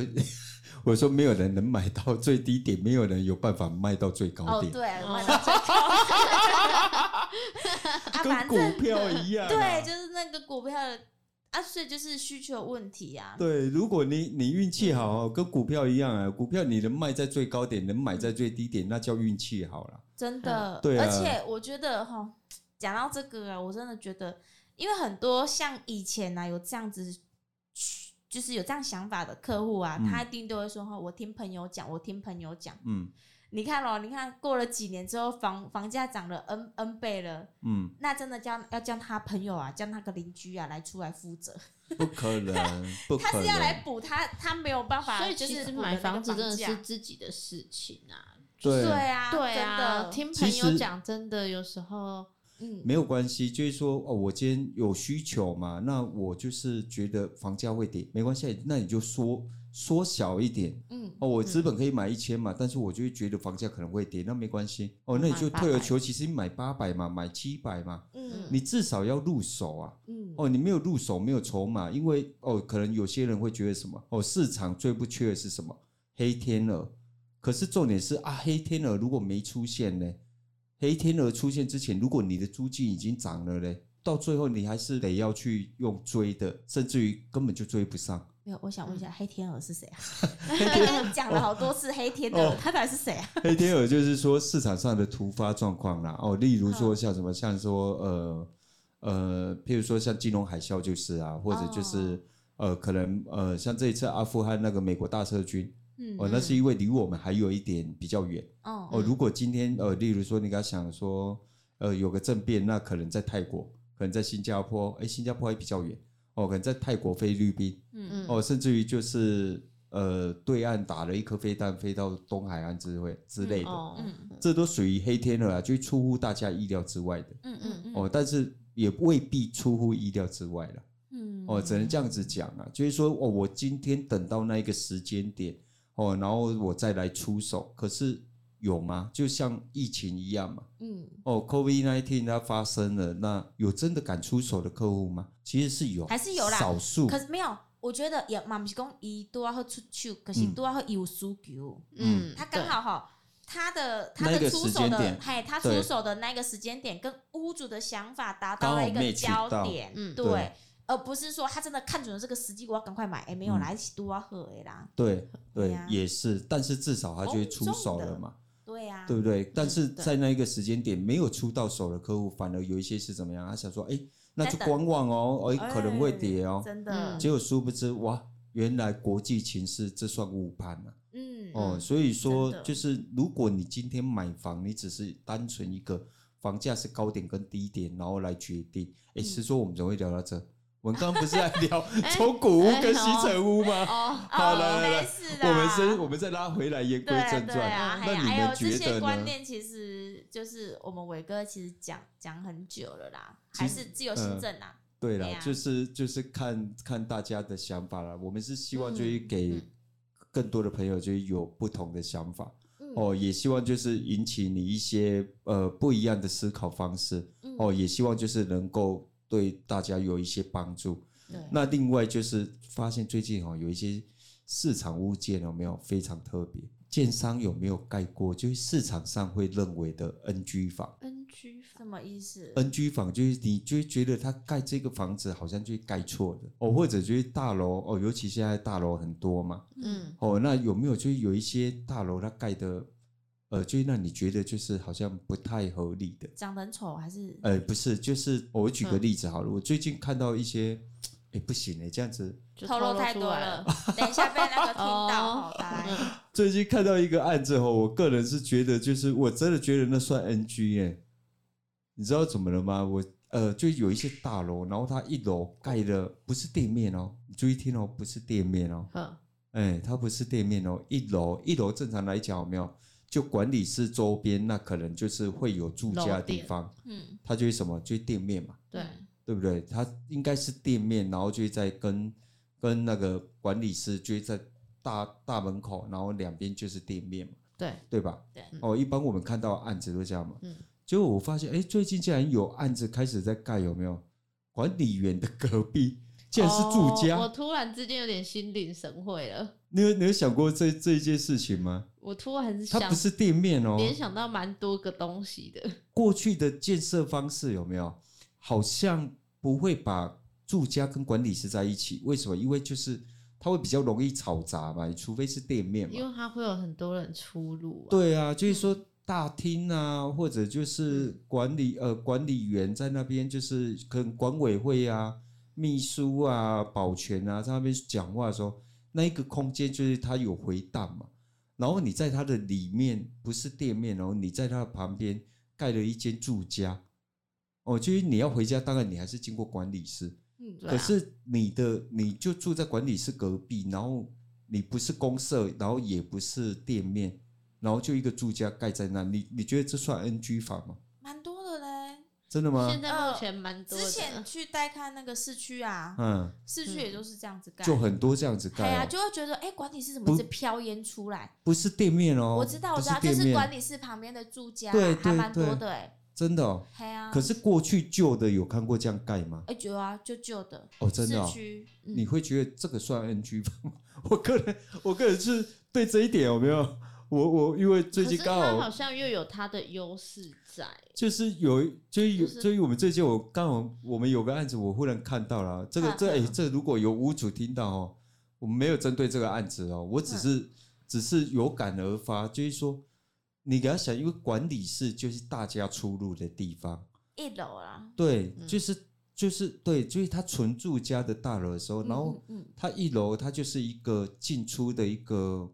S1: 我说没有人能买到最低点，没有人有办法卖到最高
S3: 哦，
S1: 点，
S3: 对，
S2: 哦
S3: 我买到最高 啊，
S1: 跟
S3: 反
S1: 股
S3: 正
S1: 票一样啊、
S3: 对，就是那个股票的啊，所以就是需求问题啊。
S1: 对，如果你你运气好
S3: 嗯
S1: 哦，跟股票一样啊，股票你能卖在最高点，能买在最低点，那叫运气好了。
S3: 真的，
S1: 对啊
S3: 而且我觉得哈，讲到这个啊，我真的觉得，因为很多像以前啊有这样子，就是有这样想法的客户啊，
S1: 嗯
S3: 他一定都会说哈，我听朋友讲，我听朋友讲。
S1: 嗯
S3: 你看咯，你看过了几年之后，房房价涨了 n n 倍了，
S1: 嗯，
S3: 那真的叫要叫他朋友啊，叫那个邻居啊来出来负责，
S1: 不可能，不
S3: 他
S1: 可
S3: 是要来
S1: 能。
S3: 补他，他没有办法，
S2: 所以
S3: 就
S2: 其
S3: 是
S2: 实
S3: 补
S2: 买
S3: 那个
S2: 房子真的
S3: 价
S2: 是自己的事情啊。
S3: 对
S1: 对，
S3: 啊，
S2: 对
S3: 真
S2: 啊，
S3: 的
S2: 听
S1: 其
S2: 朋友
S1: 实
S2: 讲，真的有时候
S3: 嗯，
S1: 没有关系，就是说哦，我今天有需求嘛，那我就是觉得房价会跌，没关系，那你就缩缩小一点。
S3: 嗯，
S1: 哦，我资本可以买一千嘛，但是我就会觉得房价可能会跌，那没关系。哦，那你就
S2: 买800
S1: 退而求其次，你买八百嘛，买七百嘛，
S3: 嗯
S1: 你至少要入手啊。
S3: 嗯
S1: 哦，你没有入手，没有筹码，因为哦，可能有些人会觉得什么哦，市场最不缺的是什么黑天鹅。可是重点是啊，黑天鹅如果没出现呢，黑天鹅出现之前，如果你的租金已经涨了嘞，到最后你还是得要去用追的，甚至于根本就追不上。
S3: 没有，我想问一下，黑天鹅是谁 啊？
S1: 黑
S3: 刚
S1: 天
S3: 刚讲了好多次黑天
S1: 哦
S3: 鹅，他到底是谁啊？
S1: 黑天鹅就是说市场上的突发状况啦，哦，例如说像什么，像说呃呃，譬如说像金融海啸就是啊，或者就是、呃，可能呃，像这一次阿富汗那个美国大撤军，
S3: 嗯
S1: 哦，那是因为离我们还有一点比较远。
S3: 哦
S1: 哦，如果今天呃，例如说你刚想说，呃，有个政变，那可能在泰国，可能在新加坡，诶，新加坡还比较远，哦，可能在泰国、菲律宾，
S2: 嗯
S1: 哦，甚至于就是呃，对岸打了一颗飞弹飞到东海岸之会之类的，
S2: 哦
S3: 嗯
S1: 这都属于黑天鹅啊，就出乎大家意料之外的、
S3: 嗯嗯嗯，
S1: 哦，但是也未必出乎意料之外了。
S3: 嗯
S1: 哦，只能这样子讲啊，就是说哦，我今天等到那一个时间点哦，然后我再来出手，可是有吗？就像疫情一样嘛，
S3: 嗯，
S1: 哦，COVID nineteen 它发生了，那有真的敢出手的客户吗？其实是有，
S3: 还是有啦
S1: 少数
S3: 可。是没有，我觉得也嘛不是讲伊都要会出手，可是
S1: 嗯
S3: 都要会有输球，
S1: 嗯
S2: 嗯，
S3: 他刚
S2: 对
S3: 好哈。他的他
S1: 那
S3: 的
S1: 个
S3: 出
S1: 时
S3: 手
S1: 间
S3: 的
S1: 点，
S3: 嘿，他出
S1: 对
S3: 手的那个时间点跟屋主的想法达
S1: 刚
S3: 到了
S1: 好
S3: 一个
S1: match
S3: 交
S1: 到
S3: 点，
S2: 嗯
S3: 对
S1: 对，
S3: 而不是说他真的看准了这个时机，我要赶快买，哎，没有
S1: 嗯
S3: 啦，一起都要喝的啦，
S1: 对
S3: 对
S1: 对
S3: 呀，哦
S1: 也是，但是至少他就会出手了嘛，
S3: 对啊呀，
S1: 对不对？但是
S2: 对
S1: 在那一个时间点没有出到手的客户，反而有一些是怎么样？他想说，哎，那就
S3: 再等
S1: 观望哦，哎，
S3: 哎
S1: 可能会跌哦，
S3: 真的
S2: 嗯，
S1: 结果殊不知，哇，原来国际情势这算误判了、
S3: 嗯，
S1: 哦。所以说
S3: 真的，
S1: 就是如果你今天买房，你只是单纯一个房价是高点跟低点，然后来决定。诶，
S3: 嗯
S1: 是说我们怎么会聊到这？我们刚刚不是在 聊中古屋
S3: 哎
S1: 跟新城屋吗？
S2: 哦，
S1: 好来来
S3: 没
S1: 来
S3: 事
S1: 我们
S3: 啦
S1: 是，我们再拉回来，言归
S3: 对啊
S1: 正
S3: 哦对啊
S1: 传。，
S3: 还
S1: 那
S3: 有
S1: 你
S3: 还有
S1: 们
S3: 这
S1: 觉
S3: 些
S1: 得
S3: 观
S1: 呢？
S3: 念，其实就是我们伟哥其实讲讲很久了啦，
S1: 其
S3: 还
S1: 实
S3: 是自由行政啦。
S1: 对
S3: 对
S1: 啦，
S3: 啊
S1: 就是就是看看大家的想法啦。我们是希望就是
S3: 嗯
S1: 给
S2: 嗯
S1: 更多的朋友就是有不同的想法。
S3: 嗯
S1: 哦，也希望就是引起你一些呃不一样的思考方式
S3: 嗯
S1: 哦，也希望就是能够对大家有一些帮助。
S3: 对
S1: 嗯那另外就是发现最近哦有一些市场物件有没有非常特别，建商有没有盖过就是市场上会认为的 NG 房
S2: ，NG 房
S3: 什么意思？嗯
S1: ？NG 房就是你就会觉得他盖这个房子好像就盖错
S2: 嗯
S1: 的哦，或者就是大楼哦，尤其现在大楼很多嘛，
S2: 嗯
S1: 哦，那有没有就是有一些大楼它盖的，呃，就是让你觉得就是好像不太合理的？
S3: 长得很丑还是？
S1: 呃，不是，就是我举个
S2: 嗯
S1: 例子好了，我最近看到一些，哎，不行哎，这样子，
S2: 就
S3: 透露太
S2: 出
S3: 多
S2: 来
S3: 了，，等一下被那个听到，
S2: 哦
S3: 好来，
S1: 最近看到一个案子后，我个人是觉得就是我真的觉得那算 NG 哎，你知道怎么了吗？我呃，就有一些大楼，然后它一楼盖的不是店面哦，你注意听哦，不是店面哦，
S2: 嗯
S1: 哎，它不是店面哦，一楼一楼正常来讲有没有？就管理室周边，那可能就是会有住家的地方，
S3: 嗯，
S1: 它就是什么，就是店面嘛，
S2: 对，
S1: 对不对？它应该是店面，然后就在跟跟那个管理室就在大大门口，然后两边就是店面嘛，
S2: 对，
S1: 对吧？
S3: 对
S1: 哦，一般我们看到案子都这样嘛。
S2: 嗯
S1: 结果我发现，哎，最近竟然有案子开始在盖，有没有？管理员的隔壁竟然是住家，
S2: 哦我突然之间有点心领神会了，
S1: 你有你有想过这这一件事情吗？
S2: 我突然
S1: 它
S2: 想
S1: 不是店面哦，
S2: 联想到蛮多个东西的。
S1: 过去的建设方式有没有？好像不会把住家跟管理师在一起，为什么？因为就是它会比较容易吵杂嘛，除非是店面
S2: 因
S1: 嘛。
S2: 为它会有很多人出入、啊。，
S1: 对啊，就是说大厅啊，或者就是管理呃管理员在那边，就是跟管委会啊、秘书啊、保全啊在那边讲话的时候，那一个空间就是它有回荡嘛。然后你在它的里面，不是店面哦，你在它的旁边盖了一间住家。哦，就是你要回家，当然你还是经过管理室，
S3: 嗯，
S2: 对啊
S1: 可是你的你就住在管理室隔壁，然后你不是公社，然后也不是店面，然后就一个住家盖在那，你你觉得这算 NG 法吗？
S3: 蛮多的嘞。
S1: 真的吗
S2: 现？在目前蛮多的。
S3: 呃之前去带看那个市区啊，
S1: 嗯，
S3: 市区也都是这样子盖，
S1: 就很多这样子
S3: 哎呀，
S1: 盖、哦，
S3: 就会觉得哎、管理室怎
S1: 不
S3: 么是飘烟出来？
S1: 不是店面哦，
S3: 我知道，我
S1: 不
S3: 知道，就
S1: 店
S3: 是管
S1: 面，
S3: 理室旁边的住家啊、
S1: 对对
S3: 还蛮多
S1: 对
S3: 的哎、
S1: 真的哦。
S3: 嘿啊，
S1: 可是过去旧的有看过这样盖吗？
S3: 哎、有啊，就旧的，
S1: 哦，真的、哦
S3: 市，区，嗯
S1: 你会觉得这个算 NG 法吗？ 我个人，我个人是对这一点哦有没有？我我因为最
S2: 可是
S1: 近刚
S2: 它
S1: 好
S2: 好像又有它的优势在，
S1: 就是有，就是有，
S2: 就是
S1: 就是我们最近我刚好我们有个案子，我忽然看到了这个
S3: 嗯
S1: 这哎、
S3: 嗯
S1: 这如果有屋主听到哦，我们没有针对这个案子哦，我只是、只是有感而发，就是说你给他想，因为管理室就是大家出入的地方，
S3: 一楼啊啦。
S1: 对，
S2: 嗯
S1: 就是就是对，就是他纯住家的大楼的时候，然后
S3: 嗯，嗯
S1: 他一楼它就是一个进出的一个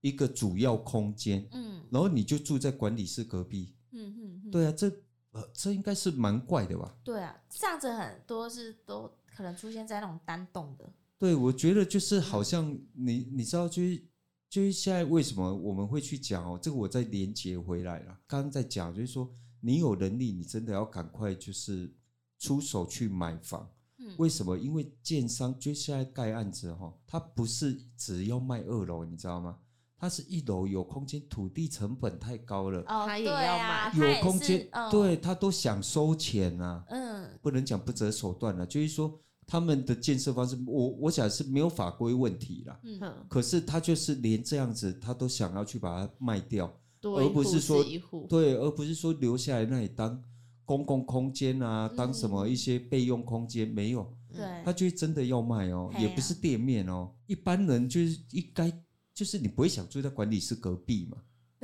S1: 一个主要空间，
S3: 嗯
S1: 然后你就住在管理室隔壁。
S3: 嗯嗯嗯，
S1: 对啊，这呃这应该是蛮怪的吧？
S3: 对啊，这样子很多是都可能出现在那种单栋的，
S1: 对，我觉得就是好像你你知道，就是就是现在为什么我们会去讲哦？这个我再连接回来了，刚刚在讲就是说，你有能力，你真的要赶快就是出手去买房。
S3: 嗯
S1: 为什么？因为建商就现在盖案子哈、哦，它不是只要卖二楼，你知道吗？它是一楼有空间，土地成本太高了，
S3: 哦，
S2: 他也
S3: 对
S2: 要
S3: 啊，他
S1: 有
S3: 也
S1: 空
S3: 是
S1: 间，
S3: 嗯、
S1: 对，他都想收钱啊。
S3: 嗯，
S1: 不能讲不择手段了，就是说他们的建设方式，我我想是没有法规问题啦。
S3: 嗯
S2: 嗯，
S1: 可是他就是连这样子，他都想要去把它卖掉，
S2: 多
S1: 而
S2: 一
S1: 不
S2: 户
S1: 是说
S2: 一户，
S1: 对，而不是说留下来那里当公共空间啊，当什么一些备用空间没有，
S3: 嗯
S2: 嗯
S3: 对，嗯
S1: 他就是真的要卖哦，
S3: 嘿啊
S1: 也不是店面哦，一般人就是应该就是你不会想住在管理室隔壁嘛。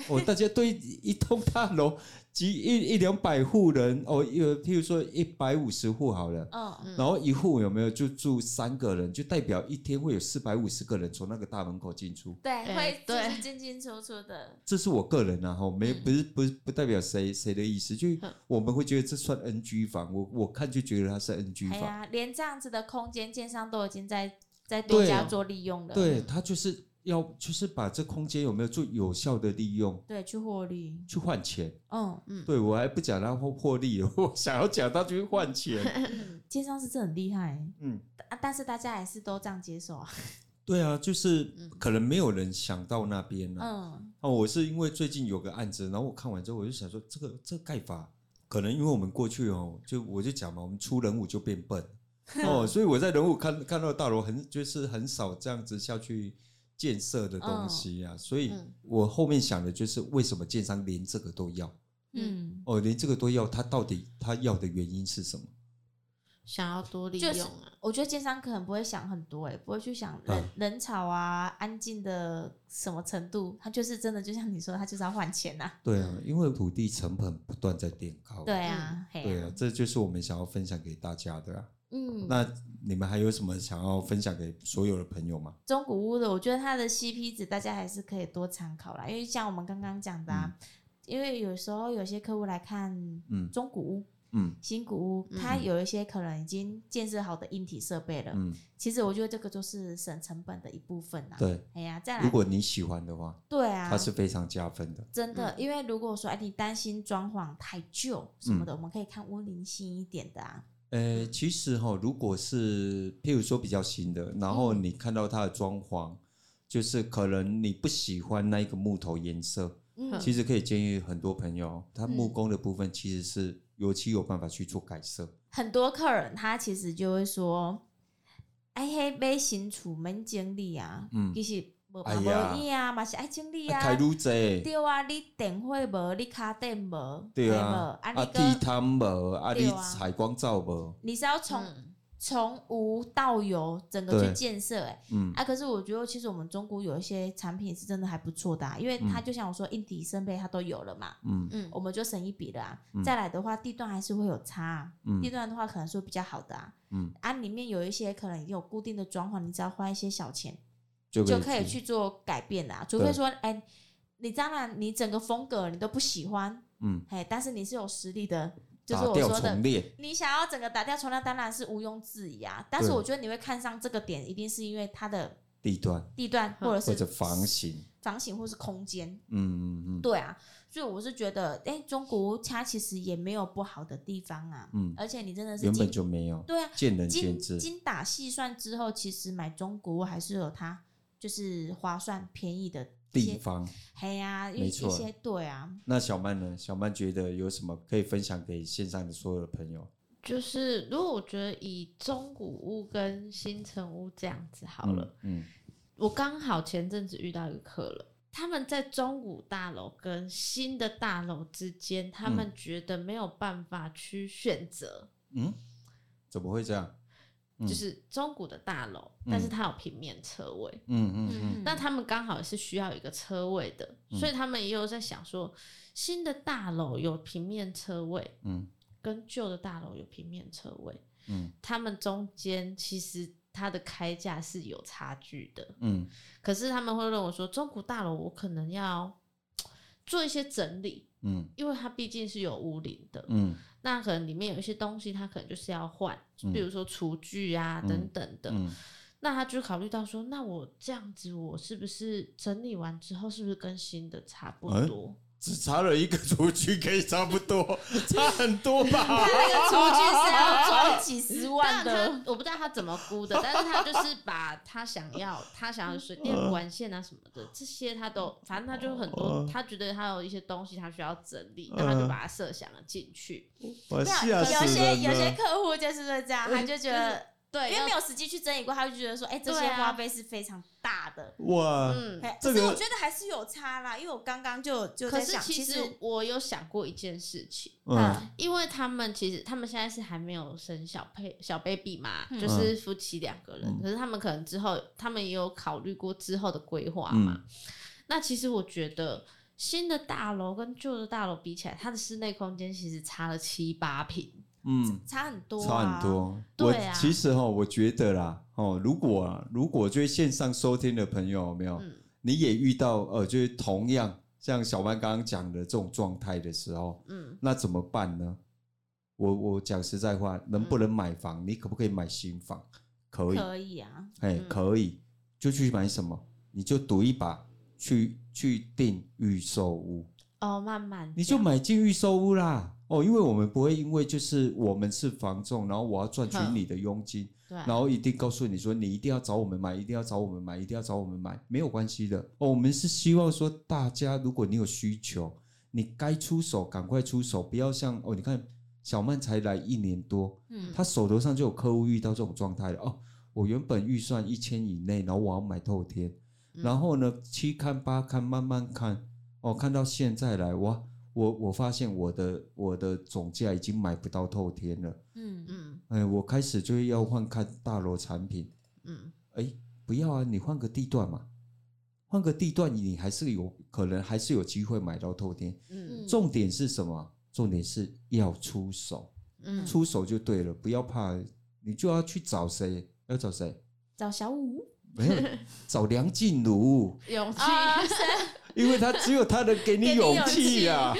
S1: 哦，大家对一栋大楼及一一两百户人哦，有譬如说一百五十户好了，
S3: 嗯
S2: 嗯
S1: 然后一户有没有就住三个人，就代表一天会有四百五十个人从那个大门口进出。
S3: 对，
S2: 哎
S3: 会就
S2: 对
S3: 是进进出出的，
S1: 这是我个人啊，哈，没
S3: 嗯
S1: 不是不是不代表谁谁的意思，就
S2: 嗯
S1: 我们会觉得这算 NG 房，我我看就觉得它是 NG
S3: 哎
S1: 房，
S3: 呀，连这样子的空间，建商都已经在在多
S1: 对
S3: 家
S1: 啊
S3: 做利用了，
S1: 对，它就是要就是把这空间有没有做有效的利用
S3: 对，去获利，
S1: 去换钱。
S3: 嗯，
S1: 对我还不讲它获获利哦，我想要讲它去换 钱，
S3: 建商是真的很厉害、
S1: 嗯。
S3: 啊，但是大家还是都这样接受啊，
S1: 对啊，就是
S2: 嗯
S1: 可能没有人想到那边啊。
S3: 嗯
S1: 哦，我是因为最近有个案子，然后我看完之后，我就想说，这个这个盖法，可能因为我们过去哦，就我就讲嘛，我们出人物就变笨哦，所以我在人物看看到大楼很就是很少这样子下去建设的东西啊，所以
S2: 嗯
S1: 我后面想的就是为什么建商连这个都要
S3: 嗯，
S1: 哦，连这个都要，他到底他要的原因是什么？
S2: 想要多利
S3: 就是
S2: 用啊，
S3: 我觉得建商可能不会想很多、哎，不会去想人、
S1: 啊
S3: 人潮啊，安静的什么程度，他就是真的就像你说，他就是要换 钱呐、啊，
S1: 对啊，因为土地成本不断在变高，
S3: 对啊，嘿
S1: 对啊，这就是我们想要分享给大家的啊。
S3: 嗯，
S1: 那你们还有什么想要分享给所有的朋友吗？
S3: 中古屋的，我觉得它的 CP 值大家还是可以多参考啦，因为像我们刚刚讲的、啊，因为有时候有些客户来看
S1: 嗯
S3: 中古屋、
S1: 嗯
S3: 新古屋，
S2: 嗯
S3: 它有一些可能已经建设好的硬体设备了，
S1: 嗯，
S3: 其实我觉得这个就是省成本的一部分啦。，
S1: 对，
S3: 哎呀，再
S1: 如
S3: 来，
S1: 果你喜欢的话，
S3: 对啊，
S1: 它是非常加分的。
S3: 真的，
S2: 嗯
S3: 因为如果说哎你担心装潢太旧什么的，
S1: 嗯
S3: 我们可以看温零新一点的啊，
S1: 呃，其实哈、如果是譬如说比较新的，然后
S3: 嗯
S1: 你看到它的装潢，就是可能你不喜欢那一个木头颜色，
S3: 嗯，
S1: 其实可以建议很多朋友，哦它木
S3: 嗯
S1: 工的部分其实是油漆有办法去做改色。
S3: 很多客人他其实就会说，哎嘿，买新厝免经理啊，
S1: 嗯
S3: 其实无嘛
S1: 哎呀
S3: 无意啊，嘛是爱经理
S1: 啊
S3: 啊。
S1: 开愈济，
S3: 对啊，你电话无，你卡电无，
S1: 对啊
S3: 啊，，
S1: 啊
S3: 啊你
S1: 地
S3: 个
S1: 摊无，啊
S3: 对
S1: 你
S3: 啊
S1: 采光照无，
S3: 你是要从
S2: 嗯
S3: 从无到有整个
S1: 对
S3: 去建设哎、
S1: 嗯，
S3: 啊，可是我觉得其实我们中国有一些产品是真的还不错的、啊，因为它就像我说，硬体设备它都有了嘛，
S1: 嗯
S2: 嗯
S3: 我们就省一笔了啊。
S1: 嗯
S3: 再来的话，地段还是会有差、啊，
S1: 嗯
S3: 地段的话可能是会比较好的啊。
S1: 嗯，
S3: 啊，里面有一些可能已经有固定的装潢，你只要花一些小钱
S1: 就
S3: 就可以，去做改变啦、除
S1: 对
S3: 非说，哎，你当然你整个风格你都不喜欢，
S1: 嗯，
S3: 哎，但是你是有实力的，就是
S1: 打
S3: 我
S1: 掉
S3: 说的
S1: 重，练，
S3: 你想要整个打掉重量当然是毋庸置疑啊。但是
S1: 对
S3: 我觉得你会看上这个点，一定是因为它的
S1: 地段
S3: 地段
S2: 嗯
S3: 或者
S1: 或者
S3: 是
S1: 房型，
S3: 房型或是空间。
S1: 嗯嗯嗯
S3: 对啊，所以我是觉得，哎、中国它其实也没有不好的地方啊。
S1: 嗯，
S3: 而且你真的是
S1: 原本
S3: 精，
S1: 就没有，
S3: 对啊，
S1: 见仁见
S3: 精
S1: 智，
S3: 精打细算之后，其实买中国还是有它就是划算便宜的一
S1: 地
S3: 些。
S1: 方。
S3: 嘿呀、啊，一
S1: 没
S3: 一
S1: 错
S3: 些对啊，
S1: 那小曼呢？小曼觉得有什么可以分享给线上的所有的朋友？
S2: 就是如果我觉得以中古屋跟新城屋这样子好了，
S1: 嗯，
S2: 我刚好前阵子遇到一个客人，他们在中古大楼跟新的大楼之间，他们觉得没有办法去选择，
S1: 嗯嗯，怎么会这样？嗯
S2: 就是中古的大楼，
S1: 嗯
S2: 但是它有平面车位，
S1: 嗯嗯嗯，
S2: 那他们刚好也是需要一个车位的，
S1: 嗯
S2: 所以他们也有在想说，新的大楼有平面车位，
S1: 嗯
S2: 跟旧的大楼有平面车位，
S1: 嗯
S2: 他们中间其实它的开价是有差距的，
S1: 嗯
S2: 可是他们会认为说，中古大楼我可能要做一些整理，
S1: 嗯
S2: 因为它毕竟是有屋龄的，
S1: 嗯
S2: 那可能里面有一些东西它可能就是要换，
S1: 嗯
S2: 比如说厨具啊、
S1: 嗯
S2: 等等的。
S1: 嗯
S2: 那他就考虑到说，那我这样子，我是不是整理完之后，是不是跟新的差不
S1: 哎
S2: 多？
S1: 只差了一个厨具，可以差不多，差很多吧？
S3: 那个厨具是要赚几 十万
S2: 但
S3: 的，
S2: 他我不知道他怎么估的，但是他就是把他想要他想要的水电管线啊什么的，这些他都反正他就很多
S1: 哦，
S2: 他觉得他有一些东西他需要整理，
S1: 嗯
S2: 那他就把它设想了进去。
S1: 我
S3: 没有有些有些客户就是会这样，他就觉得。
S2: 对，
S3: 因为没
S2: 有
S3: 有实际去整理过，他就觉得说，哎、这些
S2: 哎对啊
S3: 花费是非常大的。
S1: 哇！
S2: 嗯。
S3: 哎
S1: 这
S3: 可
S1: 个
S3: 是我觉得还是有差啦，因为我刚刚就就
S2: 可
S3: 在
S2: 是
S3: 想，
S2: 其
S3: 其
S2: 实我有想过一件事情，
S1: 嗯
S2: 因为他们其实他们现在是还没有生小配小 baby 嘛，
S3: 嗯
S2: 就是夫妻两个人。
S1: 嗯
S2: 可是他们可能之后，他们也有考虑过之后的规划嘛。
S1: 嗯
S2: 那其实我觉得新的大楼跟旧的大楼比起来，它的室内空间其实差了七八平。
S1: 嗯，
S3: 差很
S2: 啊
S3: 多、
S1: 差很。多。
S2: 对
S1: 我
S2: 啊
S1: 其实哈，我觉得啦，哦，如果啊如果就是线上收听的朋友有没有，
S2: 嗯
S1: 你也遇到呃，就是同样像小曼刚刚讲的这种状态的时候，
S2: 嗯，
S1: 那怎么办呢？我我讲实在话，能不能买房？你可不可以买新房？可以，
S3: 可以啊，
S1: 哎，
S2: 嗯
S1: 可以，就去买什么？你就赌一把，去去订预售屋，
S2: 哦，慢慢
S1: 你就买进预售屋啦。哦，因为我们不会因为就是我们是房仲，然后我要赚取
S2: 哼
S1: 你的佣金，
S2: 对，啊
S1: 然后一定告诉你说，你一定要找我们买，一定要找我们买，一定要找我们买，没有关系的哦。我们是希望说，大家如果你有需求，你该出手赶快出手，不要像哦，你看小曼才来一年多，
S3: 嗯，
S1: 她手头上就有客户遇到这种状态了哦。我原本预算一千以内，然后我要买透天，然后呢七看八看慢慢看，哦，看到现在来哇，我我发现我的我的总价已经买不到透天了。
S3: 嗯嗯，
S2: 嗯
S1: 哎，我开始就要换看大楼产品。
S2: 嗯
S1: 哎，不要啊，你换个地段嘛，换个地段，你还是有可能还是有机会买到透天。
S2: 嗯
S1: 重点是什么？重点是要出手，
S2: 嗯，
S1: 出手就对了，不要怕，你就要去找谁？要找谁？
S3: 找小五
S1: 没有找梁静茹，
S2: 勇气。
S3: 啊，
S1: 因为她只有她能给
S3: 给
S1: 你
S3: 你
S1: 勇
S3: 勇
S1: 气啊！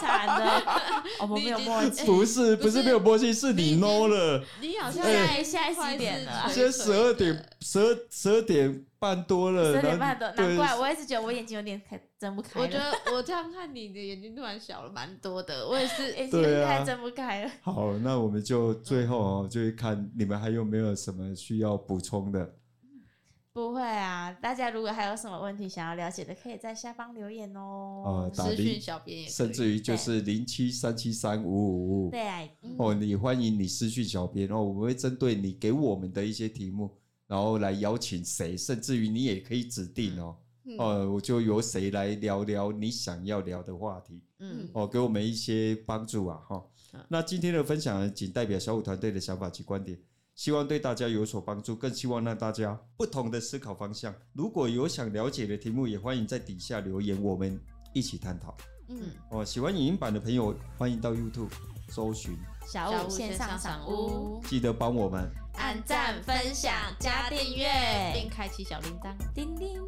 S3: 惨 了，
S1: 哦
S3: 我们没有默契。
S1: 不是不是没有默契，是
S2: 你已
S1: 你
S2: 经
S1: no 了。
S2: 你好 像
S3: 现在现在
S2: 快
S3: 几点
S2: 是
S3: 了
S2: 垂
S3: 啊？
S1: 哎现在
S2: 垂
S1: 十二
S2: 的
S1: 点，十二十二点半多了，
S3: 十
S1: 然
S3: 点
S1: 后
S3: 半多，
S1: 对
S3: 难怪我也是觉得我眼睛有点开睁不开了，
S2: 我觉 得我这样看你的眼睛突然小了蛮多的，我也是
S3: 眼睛
S1: 对啊
S3: 开睁不开了。
S1: 好，那我们就最后哦，就是看你们还有没有什么需要补充的。
S3: 不会啊，大家如果还有什么问题想要了解的，可以在下方留言
S1: 哦
S3: 哦。
S1: 打
S2: 私
S1: 零
S2: 讯小编也可以
S1: 甚至于就是零七三七三五五五。
S3: 对啊，嗯
S1: 哦，你欢迎你私讯小编哦，我们会针对你给我们的一些题目，然后来邀请谁，甚至于你也可以指定哦，
S2: 嗯
S1: 哦，我就由谁来聊聊你想要聊的话题
S2: 嗯，
S1: 哦，给我们一些帮助啊哈、
S2: 好
S1: 那今天的分享呢，仅代表小五团队的想法及观点，希望对大家有所帮助，更希望让大家不同的思考方向。如果有想了解的题目，也欢迎在底下留言，我们一起探讨。
S3: 嗯，
S1: 哦，喜欢影音版的朋友，欢迎到 YouTube 搜寻。
S3: 小
S2: 小
S3: 五
S2: 五
S3: 线
S2: 线
S3: 上
S2: 上
S3: 赏
S2: 赏
S3: 屋
S2: 屋，
S1: 记得帮我们
S3: 按赞、分享、加订阅，
S2: 并开启小铃铛。
S3: 叮叮。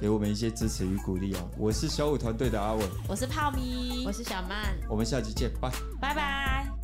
S1: 给我们一些支持与鼓励哦。我是小五团队的阿伟，
S3: 我是泡咪，
S2: 我是小曼，
S1: 我们下期见，拜。
S3: 拜拜。